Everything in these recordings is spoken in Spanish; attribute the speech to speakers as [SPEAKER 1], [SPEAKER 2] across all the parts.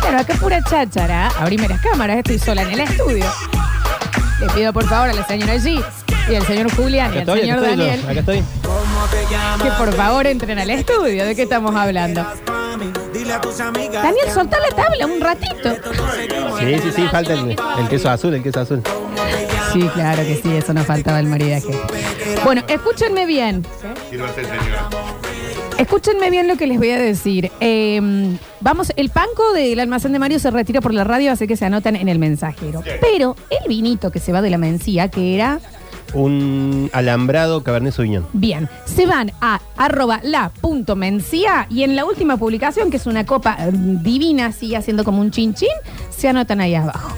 [SPEAKER 1] Claro, acá pura cháchara. Abrime las cámaras, estoy sola en el estudio. Le pido por favor a la señora allí y al señor Julián y
[SPEAKER 2] Acá
[SPEAKER 1] al
[SPEAKER 2] estoy,
[SPEAKER 1] señor
[SPEAKER 2] acá estoy,
[SPEAKER 1] Daniel
[SPEAKER 2] yo, acá estoy.
[SPEAKER 1] que por favor entren al estudio. ¿De qué estamos hablando? Daniel, soltá la tabla un ratito.
[SPEAKER 2] Sí, sí, sí, falta el, el queso azul, el queso azul.
[SPEAKER 1] Sí, claro que sí, eso nos faltaba el maridaje. Bueno, escúchenme bien.
[SPEAKER 3] Sírvase, señora.
[SPEAKER 1] Escúchenme bien lo que les voy a decir. Eh, vamos, el panco del almacén de Mario se retira por la radio, así que se anotan en el mensajero. Pero el vinito que se va de la mencía, que era
[SPEAKER 2] Un alambrado Cabernet Sauvignon.
[SPEAKER 1] bien, se van a arroba la punto mencía y en la última publicación, que es una copa eh, divina, sigue haciendo como un chin chin, se anotan ahí abajo.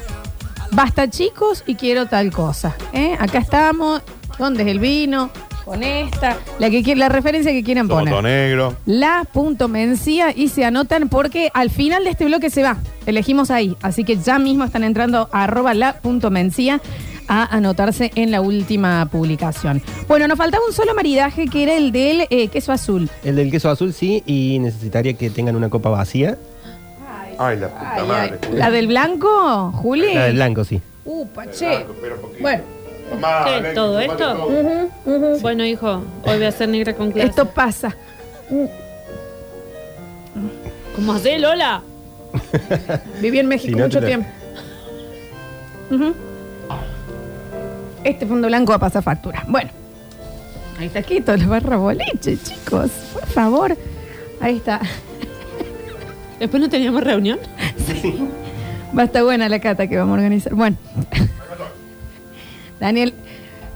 [SPEAKER 1] Basta chicos y quiero tal cosa. ¿eh? Acá estamos. ¿Dónde es el vino? Con esta, la que quie- la referencia que quieran poner.
[SPEAKER 3] Soto negro.
[SPEAKER 1] La.mencia y se anotan porque al final de este bloque se va. Elegimos ahí. Así que ya mismo están entrando a arroba la.mencia a anotarse en la última publicación. Bueno, nos faltaba un solo maridaje que era el del eh, queso azul.
[SPEAKER 2] El del queso azul, sí, y necesitaría que tengan una copa vacía.
[SPEAKER 3] Ay, la puta
[SPEAKER 1] Ay,
[SPEAKER 3] madre.
[SPEAKER 1] ay. La del blanco, Juli.
[SPEAKER 2] La del blanco, sí.
[SPEAKER 1] Upa, che. Bueno,
[SPEAKER 3] Bueno.
[SPEAKER 4] ¿Qué? ¿Todo esto? Bueno, hijo, hoy voy a ser negra con clase.
[SPEAKER 1] esto pasa.
[SPEAKER 4] ¿Cómo hacés, Lola?
[SPEAKER 1] Viví en México
[SPEAKER 2] Si no,
[SPEAKER 1] mucho
[SPEAKER 2] te la-
[SPEAKER 1] tiempo. Ujú. Este fondo blanco va a pasar factura. Bueno, ahí está quito la barra boliche, chicos. Por favor. Ahí está.
[SPEAKER 4] Después no teníamos reunión.
[SPEAKER 1] Va a estar buena la cata que vamos a organizar. Bueno. Daniel,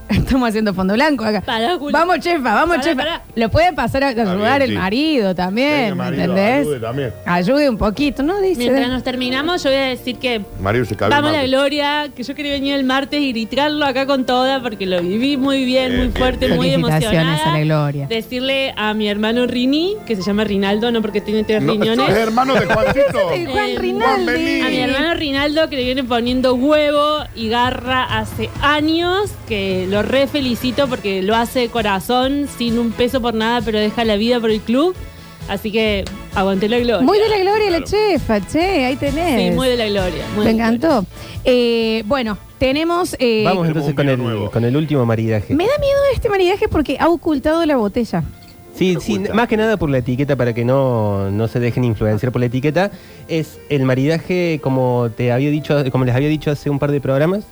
[SPEAKER 1] estamos haciendo fondo blanco acá.
[SPEAKER 4] Pará, Juli.
[SPEAKER 1] vamos, chefa, vamos,
[SPEAKER 4] Pará,
[SPEAKER 1] chefa.
[SPEAKER 4] pará.
[SPEAKER 1] Lo puede pasar a ayudar
[SPEAKER 3] bien,
[SPEAKER 1] el
[SPEAKER 3] sí.
[SPEAKER 1] marido también, ¿me ¿entendés?
[SPEAKER 3] Ayude también.
[SPEAKER 1] Ayude un poquito, ¿no? Dice. ¿eh?
[SPEAKER 4] Mientras nos terminamos, yo voy a decir que
[SPEAKER 3] Mario se cabe.
[SPEAKER 4] vamos a la gloria, que yo quería venir el martes y gritarlo acá con toda porque lo viví muy bien,
[SPEAKER 3] Bien,
[SPEAKER 4] muy
[SPEAKER 3] bien,
[SPEAKER 4] fuerte,
[SPEAKER 3] bien.
[SPEAKER 4] muy
[SPEAKER 1] Felicitaciones
[SPEAKER 4] emocionada.
[SPEAKER 1] a la gloria.
[SPEAKER 4] Decirle a mi hermano Rini, que se llama Rinaldo, no porque tiene tres
[SPEAKER 3] No,
[SPEAKER 4] riñones.
[SPEAKER 3] es hermano de Juancito.
[SPEAKER 1] Sí, Juan
[SPEAKER 4] Eh,
[SPEAKER 1] Rinaldi.
[SPEAKER 3] Juan
[SPEAKER 4] A mi hermano Rinaldo que le viene poniendo huevo y garra hace años, que lo re felicito porque lo hace de corazón, sin un peso por nada, pero deja la vida por el club. Así que aguanté la gloria.
[SPEAKER 1] Muy de la gloria la chefa, che, ahí tenés.
[SPEAKER 4] Sí, muy de la gloria. muy
[SPEAKER 1] Me
[SPEAKER 4] de la gloria.
[SPEAKER 1] encantó. Eh, bueno, tenemos. eh,
[SPEAKER 2] Vamos
[SPEAKER 3] tenemos
[SPEAKER 2] entonces
[SPEAKER 3] un
[SPEAKER 2] con
[SPEAKER 3] vino
[SPEAKER 2] el,
[SPEAKER 3] nuevo.
[SPEAKER 2] con el último maridaje.
[SPEAKER 1] Me da miedo este maridaje porque ha ocultado la botella.
[SPEAKER 2] Sí, sí,
[SPEAKER 3] Oculta.
[SPEAKER 2] más que nada por la etiqueta, para que no, no se dejen influenciar por la etiqueta, es el maridaje, como te había dicho, como les había dicho hace un par de programas,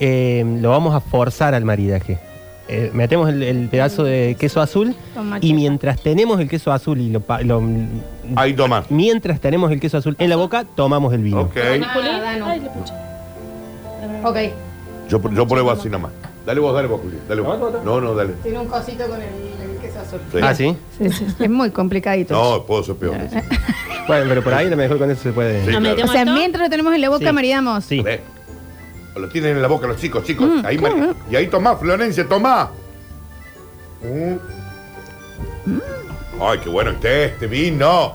[SPEAKER 2] eh, lo vamos a forzar al maridaje. Eh, metemos el, el pedazo de queso azul
[SPEAKER 1] Con
[SPEAKER 2] y
[SPEAKER 1] macheta.
[SPEAKER 2] mientras tenemos el queso azul y lo, pa- lo-
[SPEAKER 3] Ahí toma.
[SPEAKER 2] mientras tenemos el queso azul en la boca, tomamos el vino.
[SPEAKER 3] Ok.
[SPEAKER 4] Juli,
[SPEAKER 1] Ah, Danu.
[SPEAKER 4] ay, la pucha.
[SPEAKER 1] Ok.
[SPEAKER 3] Yo, yo pruebo así nomás. Dale vos, dale vos, Julio. Dale vos. No, no, dale.
[SPEAKER 1] Tiene un cosito con el, queso azul.
[SPEAKER 2] Ah, sí.
[SPEAKER 1] es muy complicadito.
[SPEAKER 3] No, puedo ser peor.
[SPEAKER 2] Bueno, pero por ahí a lo mejor con eso se puede.
[SPEAKER 3] Sí.
[SPEAKER 4] Nos
[SPEAKER 3] claro.
[SPEAKER 1] O
[SPEAKER 4] metemos
[SPEAKER 1] sea,
[SPEAKER 4] esto.
[SPEAKER 1] mientras lo tenemos en la boca,
[SPEAKER 2] Sí.
[SPEAKER 1] maridamos.
[SPEAKER 2] Sí.
[SPEAKER 3] Ve. Lo tienen en la boca los chicos, chicos.
[SPEAKER 4] Mm.
[SPEAKER 3] ahí mar- Y ahí tomá, Florencia, tomá. Mm. Ay, qué bueno este, este vino.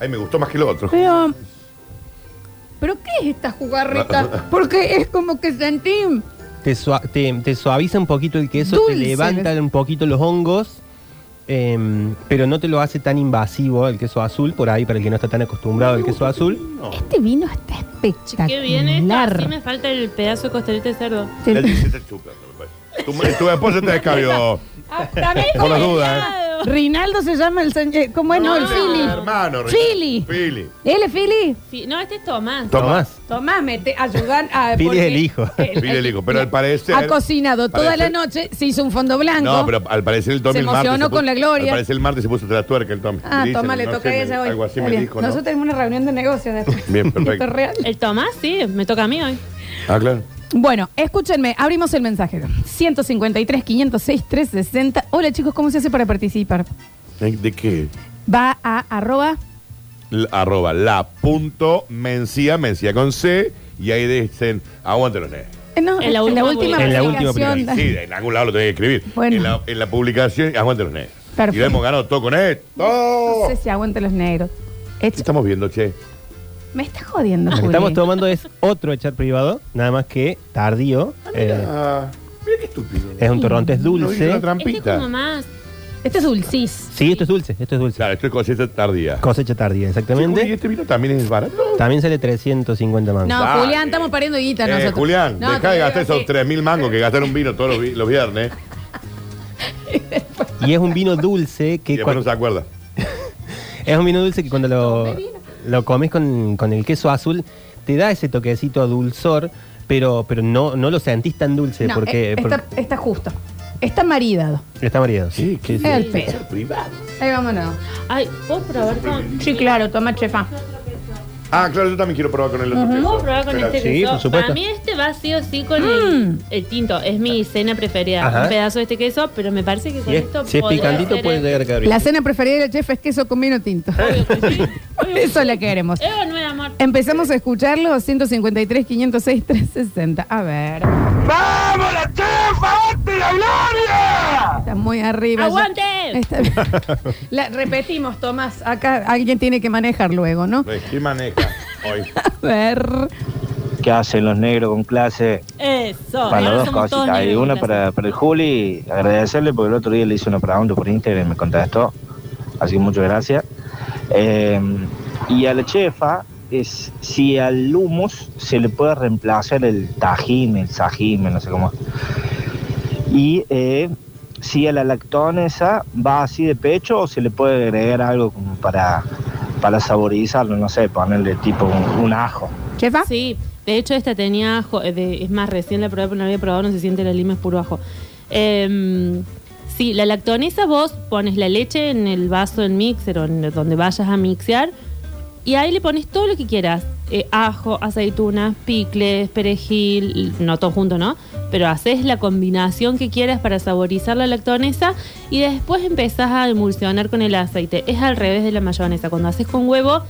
[SPEAKER 3] Ay, me gustó más que el otro.
[SPEAKER 1] Pero. ¿Pero qué es esta jugarreta? Porque es como que sentí.
[SPEAKER 2] Te, sua- te- te suaviza un poquito el queso,
[SPEAKER 1] Dulce.
[SPEAKER 2] te levanta un poquito los hongos, em, pero no te lo hace tan invasivo el queso azul, por ahí para el que no está tan acostumbrado al queso azul.
[SPEAKER 1] Este vino está espectacular.
[SPEAKER 4] Qué bien esto. Así me falta el pedazo de costeleta de cerdo.
[SPEAKER 3] La se está chupando, me parece. Tu, tu esposa te descabió. Por las dudas, ¿eh?
[SPEAKER 1] Rinaldo se llama el señor. ¿Cómo es? No,
[SPEAKER 4] Ah,
[SPEAKER 1] el Fili.
[SPEAKER 3] Hermano,
[SPEAKER 1] Fili.
[SPEAKER 3] Fili.
[SPEAKER 1] ¿Él es Fili?
[SPEAKER 4] Sí, no, este es Tomás.
[SPEAKER 3] Tomás.
[SPEAKER 1] Tomás, me te ayudan a.
[SPEAKER 2] Fili es
[SPEAKER 1] porque
[SPEAKER 2] el hijo.
[SPEAKER 3] Fili el hijo. Pero al parecer.
[SPEAKER 1] Ha cocinado toda la
[SPEAKER 3] parece-
[SPEAKER 1] noche, se hizo un fondo blanco.
[SPEAKER 3] No, pero al parecer el Tommy
[SPEAKER 1] Se
[SPEAKER 3] el martes
[SPEAKER 1] emocionó
[SPEAKER 3] puso-
[SPEAKER 1] con la gloria.
[SPEAKER 3] Al parecer el martes se puso tras tuerca el Tommy.
[SPEAKER 1] Ah,
[SPEAKER 3] Dicen,
[SPEAKER 1] Tomás le
[SPEAKER 3] no
[SPEAKER 1] toca
[SPEAKER 3] sé,
[SPEAKER 1] a
[SPEAKER 3] me-
[SPEAKER 1] ella hoy.
[SPEAKER 3] Algo así
[SPEAKER 1] Está
[SPEAKER 3] me
[SPEAKER 1] bien.
[SPEAKER 3] dijo, ¿no?
[SPEAKER 1] Nosotros tenemos una reunión de negocios después.
[SPEAKER 3] Bien, perfecto.
[SPEAKER 1] Esto es real.
[SPEAKER 4] El Tomás, sí, me toca a mí hoy.
[SPEAKER 3] Ah, claro.
[SPEAKER 1] Bueno, escúchenme, abrimos el mensajero. 153, 506, 360. Hola chicos, ¿cómo se hace para participar?
[SPEAKER 3] ¿De de qué?
[SPEAKER 1] Va a arroba
[SPEAKER 3] L- arroba la punto mencía, mencía con C, y ahí dicen, aguante los negros.
[SPEAKER 1] Eh, No,
[SPEAKER 4] En la última publicación.
[SPEAKER 2] En la última
[SPEAKER 1] publicación.
[SPEAKER 3] Sí, en algún lado lo tenés que escribir.
[SPEAKER 1] Bueno.
[SPEAKER 3] En, la, en la publicación, aguante los negros.
[SPEAKER 1] Perfecto.
[SPEAKER 3] Y lo hemos ganado todo con esto.
[SPEAKER 1] No sé si aguante los negros.
[SPEAKER 3] ¿Qué
[SPEAKER 1] Echa-
[SPEAKER 3] estamos viendo, che?
[SPEAKER 1] Me está jodiendo,
[SPEAKER 2] Lo que
[SPEAKER 1] Juli.
[SPEAKER 2] estamos tomando es otro echar privado, nada más que tardío. eh,
[SPEAKER 3] Ah, mira qué estúpido.
[SPEAKER 2] es un torrontés
[SPEAKER 3] No hizo
[SPEAKER 2] dulce.
[SPEAKER 3] la
[SPEAKER 4] Este es
[SPEAKER 3] trampita.
[SPEAKER 4] como más.
[SPEAKER 1] Este es dulcis.
[SPEAKER 2] Sí, esto es dulce, esto es dulce.
[SPEAKER 3] Claro, esto es cosecha tardía.
[SPEAKER 2] Cosecha tardía,
[SPEAKER 3] Che, Juli, ¿Y
[SPEAKER 2] exactamente.
[SPEAKER 3] este vino también es barato?
[SPEAKER 2] También sale 350 mangos.
[SPEAKER 1] No,
[SPEAKER 3] Dale.
[SPEAKER 1] Julián, estamos perdiendo guita
[SPEAKER 3] Eh,
[SPEAKER 1] nosotros.
[SPEAKER 3] Julián,
[SPEAKER 1] No,
[SPEAKER 3] dejá
[SPEAKER 1] te
[SPEAKER 3] de
[SPEAKER 1] digo,
[SPEAKER 3] gastar esos
[SPEAKER 1] sí.
[SPEAKER 3] 3.000 mangos que gastar un vino todos los, vi- los viernes.
[SPEAKER 2] Y es un vino dulce
[SPEAKER 3] Y
[SPEAKER 2] que
[SPEAKER 3] después
[SPEAKER 2] cuando,
[SPEAKER 3] no se acuerda.
[SPEAKER 2] es un vino dulce que cuando lo, lo comes con, con el queso azul te da ese toquecito a dulzor, pero pero no no lo sentís tan dulce
[SPEAKER 1] No,
[SPEAKER 2] porque,
[SPEAKER 1] eh, está,
[SPEAKER 2] porque-
[SPEAKER 1] está justo. Está maridado.
[SPEAKER 2] está mareado. Sí, sí, sí.
[SPEAKER 1] El pedo.
[SPEAKER 3] Privado.
[SPEAKER 1] Ahí vámonos.
[SPEAKER 4] Ay, ¿puedo probar con.?
[SPEAKER 1] Sí, claro, toma chefa.
[SPEAKER 3] Ah, claro, yo también quiero probar con el otro. queso.
[SPEAKER 4] ¿Puedo probar con
[SPEAKER 3] Espera,
[SPEAKER 4] este
[SPEAKER 2] sí,
[SPEAKER 4] queso?
[SPEAKER 2] por supuesto.
[SPEAKER 4] Para mí este va sí o sí con el, el tinto. Es mi cena preferida.
[SPEAKER 2] Ajá.
[SPEAKER 4] Un pedazo de este queso, pero me parece que con
[SPEAKER 2] Si es,
[SPEAKER 4] esto
[SPEAKER 2] si es
[SPEAKER 4] podés
[SPEAKER 2] picantito
[SPEAKER 4] hacer
[SPEAKER 2] puede
[SPEAKER 4] el-
[SPEAKER 2] llegar a quedar bien.
[SPEAKER 1] La cena preferida del chef es queso con vino tinto.
[SPEAKER 4] Obvio que sí.
[SPEAKER 1] Por eso la queremos.
[SPEAKER 4] Evo no es amor.
[SPEAKER 1] Empezamos a escucharlo 153 506 360. A ver.
[SPEAKER 5] ¡Vamos, la chefa! ¡Ante la gloria!
[SPEAKER 1] Está muy arriba. ya.
[SPEAKER 4] ¡Aguante!
[SPEAKER 1] Está bien. La- repetimos, Tomás. Acá alguien tiene que manejar luego, ¿no?
[SPEAKER 3] Eh, ¿Qué maneja hoy?
[SPEAKER 1] A ver.
[SPEAKER 6] ¿Qué hacen los negros con clase?
[SPEAKER 4] Eso.
[SPEAKER 6] Para
[SPEAKER 4] ahora
[SPEAKER 6] las dos
[SPEAKER 4] somos todos
[SPEAKER 6] cositas. Hay
[SPEAKER 4] negros,
[SPEAKER 6] una
[SPEAKER 4] gracias.
[SPEAKER 6] para, para el Juli, agradecerle porque el otro día le hice una pregunta por Instagram y me contestó. Así que muchas gracias. Eh, y a la chefa es si al humus se le puede reemplazar el tajín, el sajime, no sé cómo. Y eh, si a la lactonesa va así de pecho o se le puede agregar algo como para, para saborizarlo, no sé, ponerle tipo un, un ajo.
[SPEAKER 1] Chefa.
[SPEAKER 4] Sí, de hecho esta tenía ajo, eh, de- es más, recién la probé, pero no la había probado, no se siente la lima, es puro ajo. Em, sí, la lactonesa vos pones la leche en el vaso del mixer o en donde vayas a mixear y ahí le pones todo lo que quieras. eh, ajo, aceitunas, picles, perejil, no todo junto, ¿no? Pero haces la combinación que quieras para saborizar la lactonesa y después empezás a emulsionar con el aceite. Es al revés de la mayonesa. Cuando haces con huevo,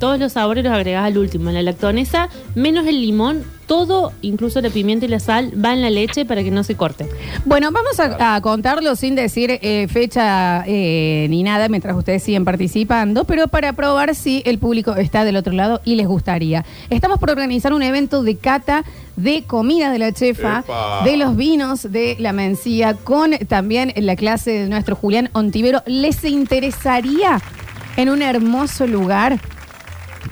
[SPEAKER 4] todos los sabores los agregás al último. En la lactonesa, menos el limón, todo, incluso la pimienta y la sal, va en la leche para que no se corte.
[SPEAKER 1] Bueno, vamos a, a contarlo sin decir eh, fecha eh, ni nada mientras ustedes siguen participando, pero para probar si el público está del otro lado y les gustaría. Estamos por organizar un evento de cata de comida de la chefa,
[SPEAKER 3] ¡Epa!
[SPEAKER 1] de los vinos de la mencía, con también la clase de nuestro Julián Ontivero. ¿Les interesaría en un hermoso lugar,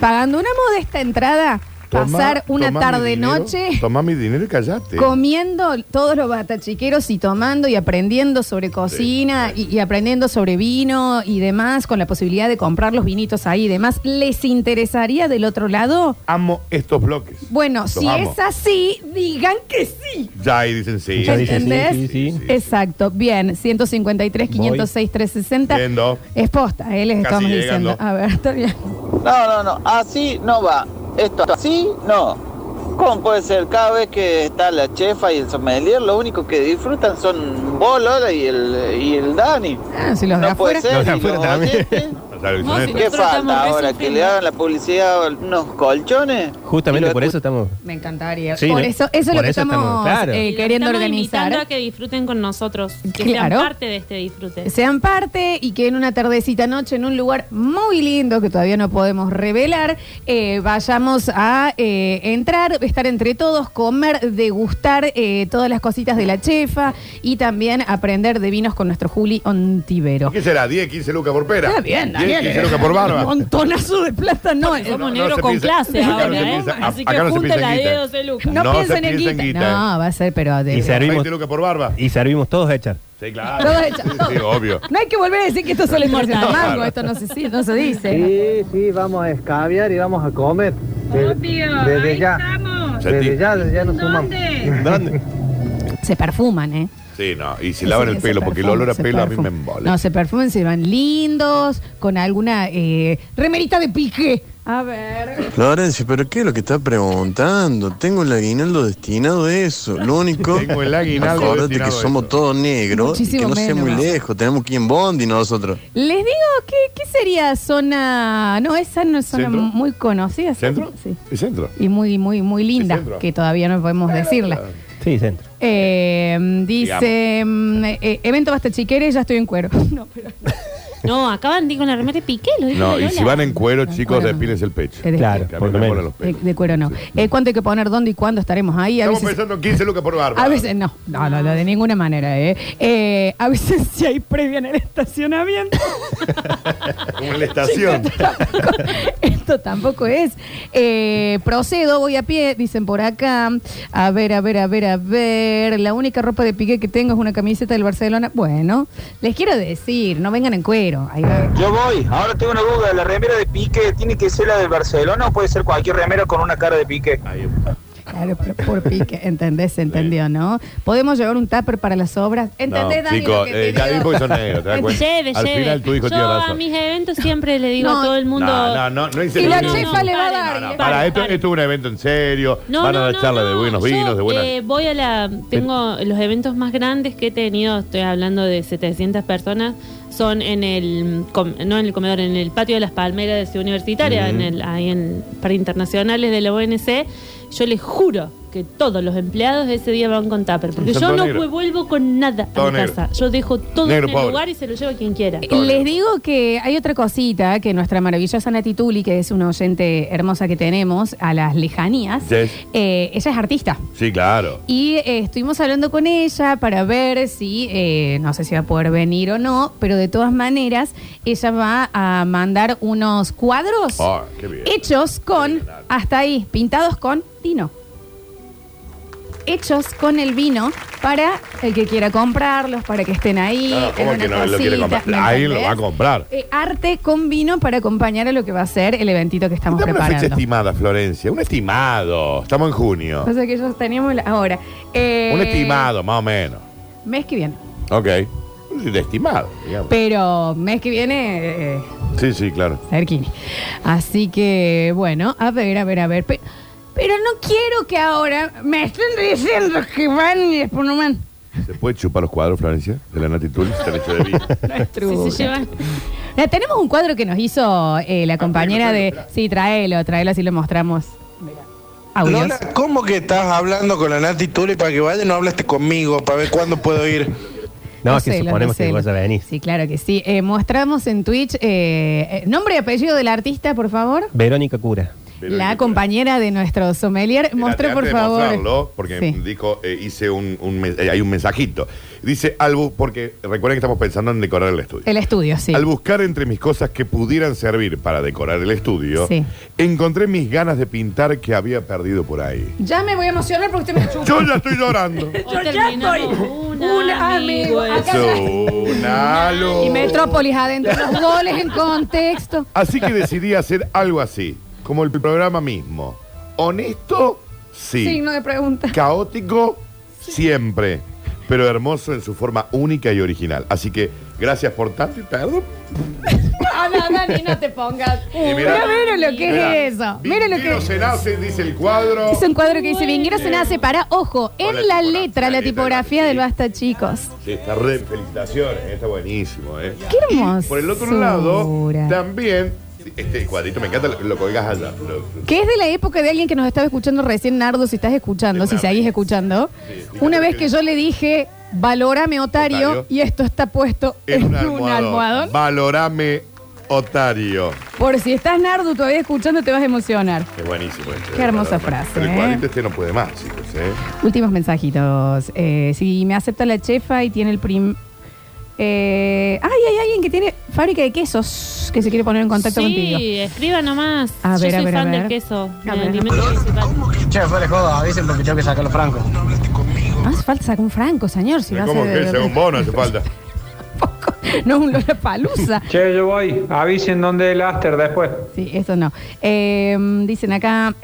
[SPEAKER 1] pagando una modesta entrada, pasar una
[SPEAKER 3] Tomá- tomá mi dinero,
[SPEAKER 1] tarde-noche?
[SPEAKER 3] Tomá mi dinero y callate.
[SPEAKER 2] Este,
[SPEAKER 1] comiendo todos los batachiqueros y tomando y aprendiendo sobre cocina y, y aprendiendo sobre vino y demás, con la posibilidad de comprar los vinitos ahí y demás, ¿les interesaría del otro lado?
[SPEAKER 3] Amo estos bloques.
[SPEAKER 1] Bueno,
[SPEAKER 3] Los
[SPEAKER 1] si
[SPEAKER 3] amo.
[SPEAKER 1] es así, digan que sí.
[SPEAKER 3] Ya ahí dicen sí.
[SPEAKER 2] Ya dice sí,
[SPEAKER 1] ¿Entendés?
[SPEAKER 2] sí, sí.
[SPEAKER 1] Exacto, bien, 153, 506, 360.
[SPEAKER 3] Viendo.
[SPEAKER 1] Es posta, ¿eh? les
[SPEAKER 3] Casi
[SPEAKER 1] estamos diciendo.
[SPEAKER 3] llegando.
[SPEAKER 1] A ver, está bien.
[SPEAKER 7] No, no, no, así no va. Esto así no. ¿Cómo puede ser? Cada vez que está la chefa y el sommelier, lo único que disfrutan son vos, Lola, y el, y el Dani.
[SPEAKER 1] Ah, si los de
[SPEAKER 7] No puede
[SPEAKER 1] afuera.
[SPEAKER 7] ser.
[SPEAKER 2] Los de
[SPEAKER 7] y
[SPEAKER 2] afuera
[SPEAKER 7] los
[SPEAKER 2] también.
[SPEAKER 7] oyentes.
[SPEAKER 3] Ya sabes que son
[SPEAKER 4] Vos,
[SPEAKER 3] estos.
[SPEAKER 4] Nosotros
[SPEAKER 7] ¿Qué
[SPEAKER 4] estamos
[SPEAKER 7] falta
[SPEAKER 4] re
[SPEAKER 7] ahora? ¿Que le
[SPEAKER 4] sufriendo.
[SPEAKER 7] hagan la publicidad a unos colchones?
[SPEAKER 2] Justamente por eso estamos.
[SPEAKER 1] Me encantaría.
[SPEAKER 2] Sí,
[SPEAKER 1] por
[SPEAKER 2] ¿no?
[SPEAKER 1] eso, eso es lo
[SPEAKER 2] Por
[SPEAKER 1] que
[SPEAKER 2] eso
[SPEAKER 1] estamos,
[SPEAKER 2] estamos, claro.
[SPEAKER 1] eh,
[SPEAKER 4] Y los
[SPEAKER 1] queriendo
[SPEAKER 4] estamos
[SPEAKER 1] organizar.
[SPEAKER 4] invitando a que disfruten con nosotros, que
[SPEAKER 1] Claro.
[SPEAKER 4] sean parte de este disfrute.
[SPEAKER 1] sean parte y que en una tardecita noche en un lugar muy lindo que todavía no podemos revelar, eh, vayamos a eh, entrar, estar entre todos, comer, degustar eh, todas las cositas de la chefa y también aprender de vinos con nuestro Juli Ontivero.
[SPEAKER 3] ¿Qué será? ¿10, 15 lucas por pera?
[SPEAKER 1] Está bien,
[SPEAKER 3] 10,
[SPEAKER 1] Daniel. eh.
[SPEAKER 3] 15 lucas por
[SPEAKER 1] Un
[SPEAKER 3] barba.
[SPEAKER 1] montonazo de plata, no. eh.
[SPEAKER 4] Porque somos
[SPEAKER 3] no
[SPEAKER 4] negros
[SPEAKER 3] se
[SPEAKER 4] con
[SPEAKER 3] piensa-
[SPEAKER 4] clase
[SPEAKER 3] acá no
[SPEAKER 4] ahora,
[SPEAKER 3] se
[SPEAKER 4] ¿eh?
[SPEAKER 3] piensa-
[SPEAKER 4] Así
[SPEAKER 3] acá
[SPEAKER 4] que
[SPEAKER 3] no se
[SPEAKER 4] junta
[SPEAKER 3] piensa en
[SPEAKER 4] la
[SPEAKER 3] guita.
[SPEAKER 4] de 12
[SPEAKER 1] No,
[SPEAKER 4] lucas.
[SPEAKER 3] No se
[SPEAKER 1] piensen en
[SPEAKER 3] piensa
[SPEAKER 1] guita.
[SPEAKER 3] en guita.
[SPEAKER 1] No, va a ser, pero de-
[SPEAKER 2] Y se- Servimos-
[SPEAKER 3] 20 lucas por barba.
[SPEAKER 2] Y servimos todos a echar.
[SPEAKER 3] Sí, claro.
[SPEAKER 1] Todo hecho.
[SPEAKER 3] Sí, obvio.
[SPEAKER 1] No hay que volver a decir que esto solo es
[SPEAKER 4] Inmortal.
[SPEAKER 1] mango, esto no se, sí, no se dice.
[SPEAKER 8] Sí, sí, vamos a escabiar y vamos a comer. De- desde ya,
[SPEAKER 3] Sentí-
[SPEAKER 8] desde ya, desde ya nos sumamos.
[SPEAKER 2] ¿Dónde?
[SPEAKER 1] Se perfuman, ¿eh?
[SPEAKER 3] Sí, no. Y si
[SPEAKER 1] Sí,
[SPEAKER 3] lavan
[SPEAKER 1] sí,
[SPEAKER 3] el
[SPEAKER 1] se
[SPEAKER 3] pelo, porque el
[SPEAKER 1] perfuman,
[SPEAKER 3] olor a
[SPEAKER 1] se
[SPEAKER 3] pelo a mí me
[SPEAKER 1] perfuman.
[SPEAKER 3] embola.
[SPEAKER 1] No, se perfumen, se van lindos, con alguna eh, remerita de pique. A ver.
[SPEAKER 9] Lorenzo, pero ¿qué es lo que está preguntando? Tengo el aguinaldo destinado a eso. Lo único.
[SPEAKER 3] Tengo el aguinaldo
[SPEAKER 9] Acordate
[SPEAKER 3] destinado
[SPEAKER 9] que
[SPEAKER 3] a
[SPEAKER 9] somos
[SPEAKER 3] eso.
[SPEAKER 9] todos negros y que
[SPEAKER 1] Muchísimo
[SPEAKER 9] no sea muy
[SPEAKER 1] menos.
[SPEAKER 9] lejos. Tenemos que ir en Bondi nosotros.
[SPEAKER 1] Les digo, ¿qué, qué sería zona? No, esa no es zona
[SPEAKER 3] ¿Centro?
[SPEAKER 1] muy conocida.
[SPEAKER 3] ¿Centro?
[SPEAKER 1] Sí.
[SPEAKER 3] ¿Y centro?
[SPEAKER 1] Y muy, muy, muy linda,
[SPEAKER 3] centro?
[SPEAKER 1] que todavía no podemos decirla. Em,
[SPEAKER 2] Sí, centro.
[SPEAKER 1] Eh, dice, mm, eh, evento basta chiquere, ya estoy en cuero. No, pero no.
[SPEAKER 4] No, acaban de ir con la remera de piqué. Lo dijo
[SPEAKER 3] No,
[SPEAKER 4] la
[SPEAKER 3] y si
[SPEAKER 4] Lola.
[SPEAKER 3] van en cuero, chicos,
[SPEAKER 1] cuero no.
[SPEAKER 3] despílense el pecho.
[SPEAKER 1] Te
[SPEAKER 2] Claro,
[SPEAKER 3] Que a mí
[SPEAKER 2] por lo
[SPEAKER 3] me
[SPEAKER 2] menos.
[SPEAKER 3] molan los
[SPEAKER 1] De,
[SPEAKER 3] pechos.
[SPEAKER 1] de cuero no. Eh, ¿Cuánto hay que poner? ¿Dónde y cuándo estaremos ahí? A
[SPEAKER 3] Estamos
[SPEAKER 1] veces,
[SPEAKER 3] pensando en 15 lucas por barba.
[SPEAKER 1] a veces no. No, no, no, de ninguna manera. Eh. Eh, a veces si hay previa en el estacionamiento.
[SPEAKER 3] Como en la estación.
[SPEAKER 1] Esto tampoco es. Eh, procedo, voy a pie, dicen por acá. A ver, a ver, a ver, a ver. La única ropa de pique que tengo es una camiseta del Barcelona. Bueno, les quiero decir, no vengan en cuero. Ahí va.
[SPEAKER 7] Yo voy, ahora tengo una duda, ¿la remera de Pique tiene que ser la del Barcelona o puede ser cualquier remera con una cara de Pique?
[SPEAKER 3] Ahí.
[SPEAKER 1] Claro, pero por pique, ¿entendés? ¿Se entendió, no? ¿Podemos llevar un tupper para las obras? ¿Entendés,
[SPEAKER 3] No,
[SPEAKER 1] Dani, lo
[SPEAKER 3] chicos,
[SPEAKER 1] que te
[SPEAKER 3] eh, ya
[SPEAKER 1] digo?
[SPEAKER 3] dijo que son negros, ¿te das cuenta?
[SPEAKER 4] Lleve,
[SPEAKER 3] Al
[SPEAKER 4] lleve.
[SPEAKER 3] final tu hijo
[SPEAKER 4] Yo
[SPEAKER 3] tiene
[SPEAKER 4] a
[SPEAKER 3] razón.
[SPEAKER 4] mis eventos siempre le digo
[SPEAKER 1] No.
[SPEAKER 4] a todo el mundo.
[SPEAKER 3] No, no, no, no
[SPEAKER 1] Y
[SPEAKER 3] hice
[SPEAKER 1] la
[SPEAKER 3] ningún-
[SPEAKER 1] chefa le va a
[SPEAKER 4] No,
[SPEAKER 1] dar.
[SPEAKER 4] no,
[SPEAKER 1] y
[SPEAKER 4] no,
[SPEAKER 1] le-
[SPEAKER 3] Para, esto,
[SPEAKER 4] Para.
[SPEAKER 3] esto es un evento en serio.
[SPEAKER 4] No,
[SPEAKER 3] Van a
[SPEAKER 4] no,
[SPEAKER 3] dar
[SPEAKER 4] no,
[SPEAKER 3] charlas
[SPEAKER 4] no.
[SPEAKER 3] de buenos
[SPEAKER 4] Yo,
[SPEAKER 3] vinos, de buenas.
[SPEAKER 4] eh, voy a la. Tengo los eventos más grandes que he tenido, estoy hablando de 700 personas, son en el. com- no en el comedor, en el patio de las Palmeras de Ciudad Universitaria, en el, ahí en. para internacionales de la UNC. Yo les juro que todos los empleados ese día van con tupper, porque
[SPEAKER 3] Son
[SPEAKER 4] yo
[SPEAKER 3] todos
[SPEAKER 4] no
[SPEAKER 3] negros.
[SPEAKER 4] me vuelvo con nada
[SPEAKER 3] Todos
[SPEAKER 4] a mi casa. Yo dejo todo
[SPEAKER 3] Negro
[SPEAKER 4] en el
[SPEAKER 3] pobre.
[SPEAKER 4] lugar y se lo llevo a quien quiera.
[SPEAKER 1] Les digo que hay otra cosita que nuestra maravillosa Nati Tuli, que es una oyente hermosa que tenemos a las lejanías,
[SPEAKER 3] Yes.
[SPEAKER 1] eh, ella es artista.
[SPEAKER 3] Sí, claro.
[SPEAKER 1] Y eh, estuvimos hablando con ella para ver si, eh, no sé si va a poder venir o no, pero de todas maneras, ella va a mandar unos cuadros
[SPEAKER 3] Ah, qué bien.
[SPEAKER 1] hechos con, hasta ahí, pintados con vino. Hechos con el vino para el que quiera comprarlos, para que estén ahí.
[SPEAKER 3] No, no, ¿cómo
[SPEAKER 1] en
[SPEAKER 3] que
[SPEAKER 1] una
[SPEAKER 3] no lo quiere
[SPEAKER 1] cosita,
[SPEAKER 3] comprar?
[SPEAKER 1] ¿me
[SPEAKER 3] Alguien lo va a
[SPEAKER 1] entendés?
[SPEAKER 3] comprar.
[SPEAKER 1] Eh, arte con vino para acompañar a lo que va a ser el eventito que estamos
[SPEAKER 3] Dame una fecha
[SPEAKER 1] preparando.
[SPEAKER 3] estimada, Florencia. Un estimado. Estamos en junio.
[SPEAKER 1] O sea que ellos teníamos la- ahora. eh,
[SPEAKER 3] Un estimado, más o menos.
[SPEAKER 1] Mes que viene.
[SPEAKER 3] Ok. Un estimado, digamos.
[SPEAKER 1] Pero mes que viene, eh,
[SPEAKER 3] Sí, sí, claro.
[SPEAKER 1] Cerquini. Así que, bueno, a ver, a ver, a ver. Pe- Pero, no quiero que ahora me estén diciendo que van y después no van.
[SPEAKER 3] ¿Se puede chupar los cuadros, Florencia? De la Nati Tulli, están hechos de vino.
[SPEAKER 1] No es
[SPEAKER 4] Si
[SPEAKER 1] true.
[SPEAKER 4] se llevan.
[SPEAKER 1] Mira, Eh, tenemos un cuadro que nos hizo eh,
[SPEAKER 3] Ah,
[SPEAKER 1] la compañera de... Sí, tráelo, tráelo, así lo mostramos. Audios.
[SPEAKER 9] Lola, ¿cómo que estás hablando con la Nati Tuli para que vaya? No hablaste conmigo para ver cuándo puedo ir.
[SPEAKER 2] No,
[SPEAKER 1] Los
[SPEAKER 2] es que
[SPEAKER 1] celos,
[SPEAKER 2] suponemos
[SPEAKER 1] los
[SPEAKER 2] que
[SPEAKER 1] celos.
[SPEAKER 2] vas a venir.
[SPEAKER 1] Sí, claro que sí. Eh, mostramos en Twitch eh, eh, nombre y apellido del artista, por favor.
[SPEAKER 2] Verónica Cura.
[SPEAKER 1] la compañera de nuestro sommelier. Mostré,
[SPEAKER 3] Espérate,
[SPEAKER 1] por
[SPEAKER 3] antes de mostrarlo,
[SPEAKER 1] favor.
[SPEAKER 3] porque
[SPEAKER 1] Sí.
[SPEAKER 3] dijo, eh, hice un, un men- eh, hay un mensajito. Dice Albu, porque recuerden que estamos pensando en decorar el estudio.
[SPEAKER 1] El estudio, sí.
[SPEAKER 3] Al buscar entre mis cosas que pudieran servir para decorar el estudio,
[SPEAKER 1] Sí.
[SPEAKER 3] encontré mis ganas de pintar que había perdido por ahí.
[SPEAKER 1] Ya me voy a emocionar porque usted me chupa.
[SPEAKER 3] Yo ya estoy llorando.
[SPEAKER 4] Hoy terminamos una,
[SPEAKER 1] una, amigo, acá
[SPEAKER 4] eso.
[SPEAKER 3] Una luz.
[SPEAKER 1] Y Metrópolis adentro, los goles en contexto.
[SPEAKER 3] Así que decidí hacer algo así, como el programa mismo. Honesto, sí.
[SPEAKER 1] Signo de pregunta.
[SPEAKER 3] Caótico, siempre. Pero hermoso en su forma única y original. Así que gracias por tanto y perdón.
[SPEAKER 1] Ah, no, Dani, no te pongas.
[SPEAKER 3] Y
[SPEAKER 1] Mira, mira lo que
[SPEAKER 3] Mirá,
[SPEAKER 1] es eso. Mira lo que
[SPEAKER 3] Vinguero
[SPEAKER 1] es.
[SPEAKER 3] se nace, dice el cuadro.
[SPEAKER 1] Es un cuadro que dice Vinguero se nace para, ojo,
[SPEAKER 3] Con
[SPEAKER 1] en la
[SPEAKER 3] la tipografía,
[SPEAKER 1] letra, la
[SPEAKER 3] letra,
[SPEAKER 1] tipografía
[SPEAKER 3] sí.
[SPEAKER 1] del Basta, chicos.
[SPEAKER 3] Sí, está re, felicitaciones, está buenísimo, ¿eh?
[SPEAKER 1] Qué hermoso.
[SPEAKER 3] Por el otro lado, también, este cuadrito me encanta, lo, lo colgás allá. Lo-
[SPEAKER 1] Que es de la época de alguien que nos estaba escuchando recién, Nardo, si estás escuchando, si
[SPEAKER 3] Nardo.
[SPEAKER 1] seguís escuchando.
[SPEAKER 3] Sí, sí,
[SPEAKER 1] Una
[SPEAKER 3] claro
[SPEAKER 1] vez
[SPEAKER 3] que-
[SPEAKER 1] que yo le dije, valórame Otario,
[SPEAKER 3] Otario.
[SPEAKER 1] y esto está puesto en, un almohadón.
[SPEAKER 3] Valorame Otario.
[SPEAKER 1] Por si estás Nardo todavía escuchando, te vas a emocionar.
[SPEAKER 3] Es buenísimo este.
[SPEAKER 1] Qué hermosa
[SPEAKER 3] Valorame.
[SPEAKER 1] frase,
[SPEAKER 3] Pero el
[SPEAKER 1] ¿eh?
[SPEAKER 3] cuadrito este no puede más, chicos, ¿eh?
[SPEAKER 1] Últimos mensajitos. Eh, si me acepta la chefa y tiene el prim... Eh, ay, hay alguien que tiene fábrica de quesos que se quiere poner en contacto
[SPEAKER 4] sí,
[SPEAKER 1] contigo.
[SPEAKER 4] escriba nomás.
[SPEAKER 1] A ver,
[SPEAKER 4] Yo
[SPEAKER 1] a
[SPEAKER 4] soy
[SPEAKER 1] ver, a
[SPEAKER 4] fan
[SPEAKER 1] ver.
[SPEAKER 4] del queso.
[SPEAKER 1] A
[SPEAKER 4] del
[SPEAKER 1] ver.
[SPEAKER 4] alimento principal.
[SPEAKER 8] Che, fuera de joda, avisen porque tengo que sacar los francos.
[SPEAKER 1] No Ah, hace falta sacar un franco, señor. Si
[SPEAKER 3] Me
[SPEAKER 1] va a
[SPEAKER 3] como
[SPEAKER 1] ser
[SPEAKER 3] que sea un bono hace falta.
[SPEAKER 1] No es un Lola Palusa.
[SPEAKER 5] Che, yo voy. Avisen dónde el Aster después.
[SPEAKER 1] Sí, eso no. Eh, dicen acá,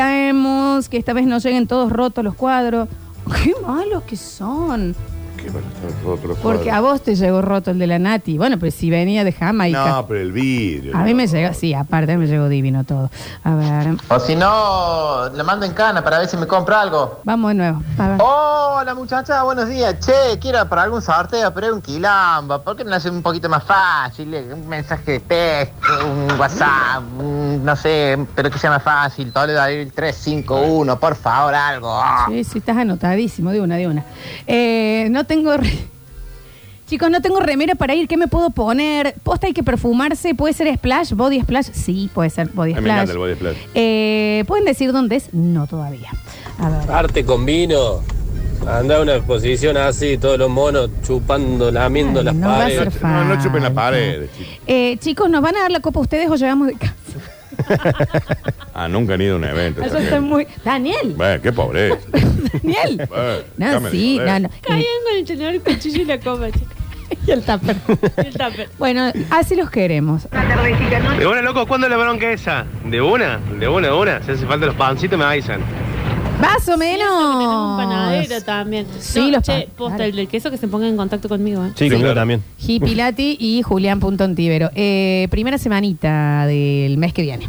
[SPEAKER 1] esperemos que esta vez no lleguen todos rotos los cuadros. Qué malos que son.
[SPEAKER 3] Qué bueno, están todos los
[SPEAKER 1] Porque a
[SPEAKER 3] cuadros.
[SPEAKER 1] vos te llegó roto el de la Nati. Bueno, pero si venía de Jamaica.
[SPEAKER 3] No, pero el vidrio.
[SPEAKER 1] a mí
[SPEAKER 3] no.
[SPEAKER 1] me llegó, sí, aparte me llegó divino todo. A ver,
[SPEAKER 10] O si no, le mando en cana para ver si me compra algo.
[SPEAKER 1] vamos de nuevo. A ver.
[SPEAKER 10] Hola muchacha, buenos días. Che, quiero para algún sorteo, pero es un quilombo. ¿Por qué no hace un poquito más fácil? Eh, Un mensaje de texto, un WhatsApp, un- no sé, pero que sea más fácil. Todo le da el 351, por favor, algo.
[SPEAKER 3] Ah.
[SPEAKER 1] Sí, sí, estás anotadísimo, de una, de una. Eh, no tengo... re- Chicos, no tengo remera para ir, ¿qué me puedo poner? Posta hay que perfumarse, puede ser splash, body splash, sí, puede ser body
[SPEAKER 3] Ay,
[SPEAKER 1] splash.
[SPEAKER 3] me encanta el body splash.
[SPEAKER 1] Eh, ¿Pueden decir dónde es? No todavía. A ver.
[SPEAKER 11] Arte con vino. Anda a una exposición así, todos los monos chupando, lamiendo
[SPEAKER 1] Ay,
[SPEAKER 11] las
[SPEAKER 1] no va a
[SPEAKER 11] paredes.
[SPEAKER 1] ser
[SPEAKER 3] No, no chupen las paredes, chicos.
[SPEAKER 1] Eh, chicos, ¿nos van a dar la copa ustedes o llegamos de casa?
[SPEAKER 3] Ah, nunca han ido a un evento.
[SPEAKER 1] Yo
[SPEAKER 3] también.
[SPEAKER 1] estoy muy... Daniel,
[SPEAKER 3] Bueno, qué pobreza.
[SPEAKER 1] Daniel.
[SPEAKER 3] Bueno,
[SPEAKER 1] No,
[SPEAKER 3] déjame eh.
[SPEAKER 1] sí,
[SPEAKER 3] joder.
[SPEAKER 1] no, no.
[SPEAKER 4] Caían con el tenedor, el cuchillo y la copa, chica.
[SPEAKER 1] Y el tupper.
[SPEAKER 4] El tupper.
[SPEAKER 1] Bueno, así los queremos.
[SPEAKER 12] De una, loco, ¿cuándo es la bronca esa? De una, de una, de una. Si hace falta los pancitos, me avisan.
[SPEAKER 1] Más o
[SPEAKER 4] Un panadero
[SPEAKER 1] menos.
[SPEAKER 4] también.
[SPEAKER 1] Sí,
[SPEAKER 4] No,
[SPEAKER 1] los
[SPEAKER 4] che,
[SPEAKER 1] pan-
[SPEAKER 4] posta,
[SPEAKER 1] dale.
[SPEAKER 4] el del queso que se ponga en contacto conmigo. ¿eh?
[SPEAKER 2] Sí, conmigo también.
[SPEAKER 1] Hipilati y Julián Punto Ontivero. Eh, primera semanita del mes que viene.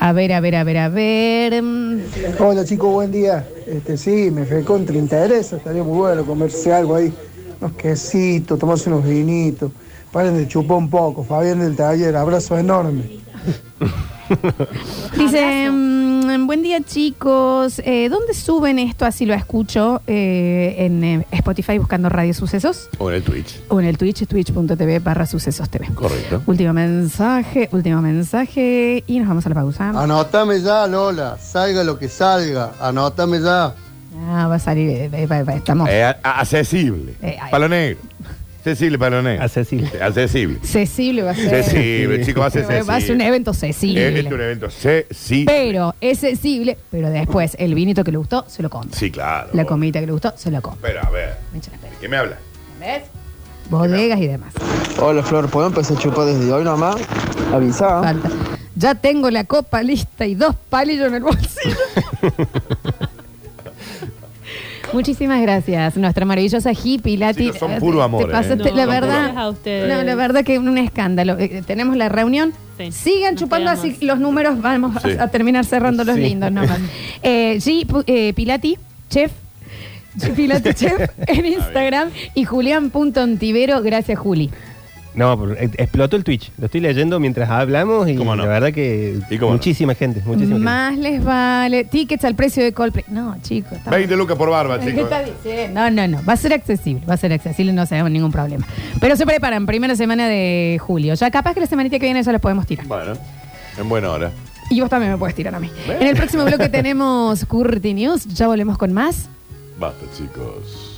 [SPEAKER 1] A ver, a ver, a ver, a ver. mm.
[SPEAKER 13] Hola chicos, buen día. Este sí, me fue contra interesa, estaría muy bueno comerse algo ahí, unos quesitos, tomarse unos vinitos. Paren de chupar un poco, Fabián del taller, abrazo enorme.
[SPEAKER 1] Dice, mm, buen día chicos, Eh, ¿dónde suben esto? Así lo escucho eh, en eh, Spotify buscando Radio Sucesos
[SPEAKER 3] O en el Twitch.
[SPEAKER 1] o en el Twitch, twitch.tv barra Sucesos TV.
[SPEAKER 3] Correcto.
[SPEAKER 1] Último mensaje, último mensaje y nos vamos a la pausa.
[SPEAKER 14] Anótame ya, Lola. Salga lo que salga. Anótame ya.
[SPEAKER 1] Ah, va a salir, eh, eh, va- va- estamos.
[SPEAKER 3] Eh, a- a- accesible.
[SPEAKER 1] Eh, ay.
[SPEAKER 3] Palo negro. Accesible, palo negro. Accesible. Accesible.
[SPEAKER 1] Cecible va a ser.
[SPEAKER 3] Accesible, chicos, va a ser
[SPEAKER 1] Va a ser un
[SPEAKER 3] accesible.
[SPEAKER 1] evento
[SPEAKER 3] Eh, Este
[SPEAKER 1] cecible.
[SPEAKER 3] es un evento accesible.
[SPEAKER 1] Pero es sensible, pero después el vinito que le gustó, se lo compra.
[SPEAKER 3] Sí, claro.
[SPEAKER 1] La comidita que le gustó, se lo compra.
[SPEAKER 3] Pero a ver,
[SPEAKER 1] Me echa la pena,
[SPEAKER 3] ¿de qué me habla?
[SPEAKER 1] ¿Ves? Bodegas y demás.
[SPEAKER 15] Hola Flor, ¿puedo empezar a chupar desde hoy nomás? Avisá.
[SPEAKER 1] Falta. Ya tengo la copa lista y dos palillos en el bolsillo. Muchísimas gracias, nuestra maravillosa hippie Lati.
[SPEAKER 3] Chicos, son puro
[SPEAKER 1] Te-
[SPEAKER 3] amor,
[SPEAKER 1] te pasaste- la
[SPEAKER 3] ¿eh? Son puro
[SPEAKER 1] verdad,
[SPEAKER 4] amor. A ustedes.
[SPEAKER 1] no, la verdad que un escándalo. Eh, tenemos la reunión.
[SPEAKER 4] Sí,
[SPEAKER 1] Sigan
[SPEAKER 4] nos
[SPEAKER 1] chupando
[SPEAKER 4] quedamos.
[SPEAKER 1] así los números, vamos a-
[SPEAKER 4] Sí.
[SPEAKER 1] a, terminar cerrando los
[SPEAKER 4] Sí.
[SPEAKER 1] lindos nomás. Eh, G pu- eh, Pilati, chef. G Pilati Chef en Instagram y Julián.ontivero. Gracias, Juli.
[SPEAKER 2] No, pero, eh, explotó el Twitch. Lo estoy leyendo mientras hablamos y la verdad que muchísima gente, muchísima gente.
[SPEAKER 1] Más les vale. Tickets al precio de Coldplay. No, chicos. estamos-
[SPEAKER 3] 20 lucas por barba,
[SPEAKER 1] Ah. ¿Qué
[SPEAKER 3] chicos.
[SPEAKER 1] está diciendo? No, no, no. Va a ser accesible. Va a ser accesible. No sabemos ningún problema. Pero se preparan. Primera semana de julio. Ya capaz que la semanita que viene ya los podemos tirar.
[SPEAKER 3] Bueno, en buena hora.
[SPEAKER 1] Y vos también me puedes tirar a mí. En el próximo bloque tenemos Curti News. Ya volvemos con más.
[SPEAKER 3] Basta, chicos.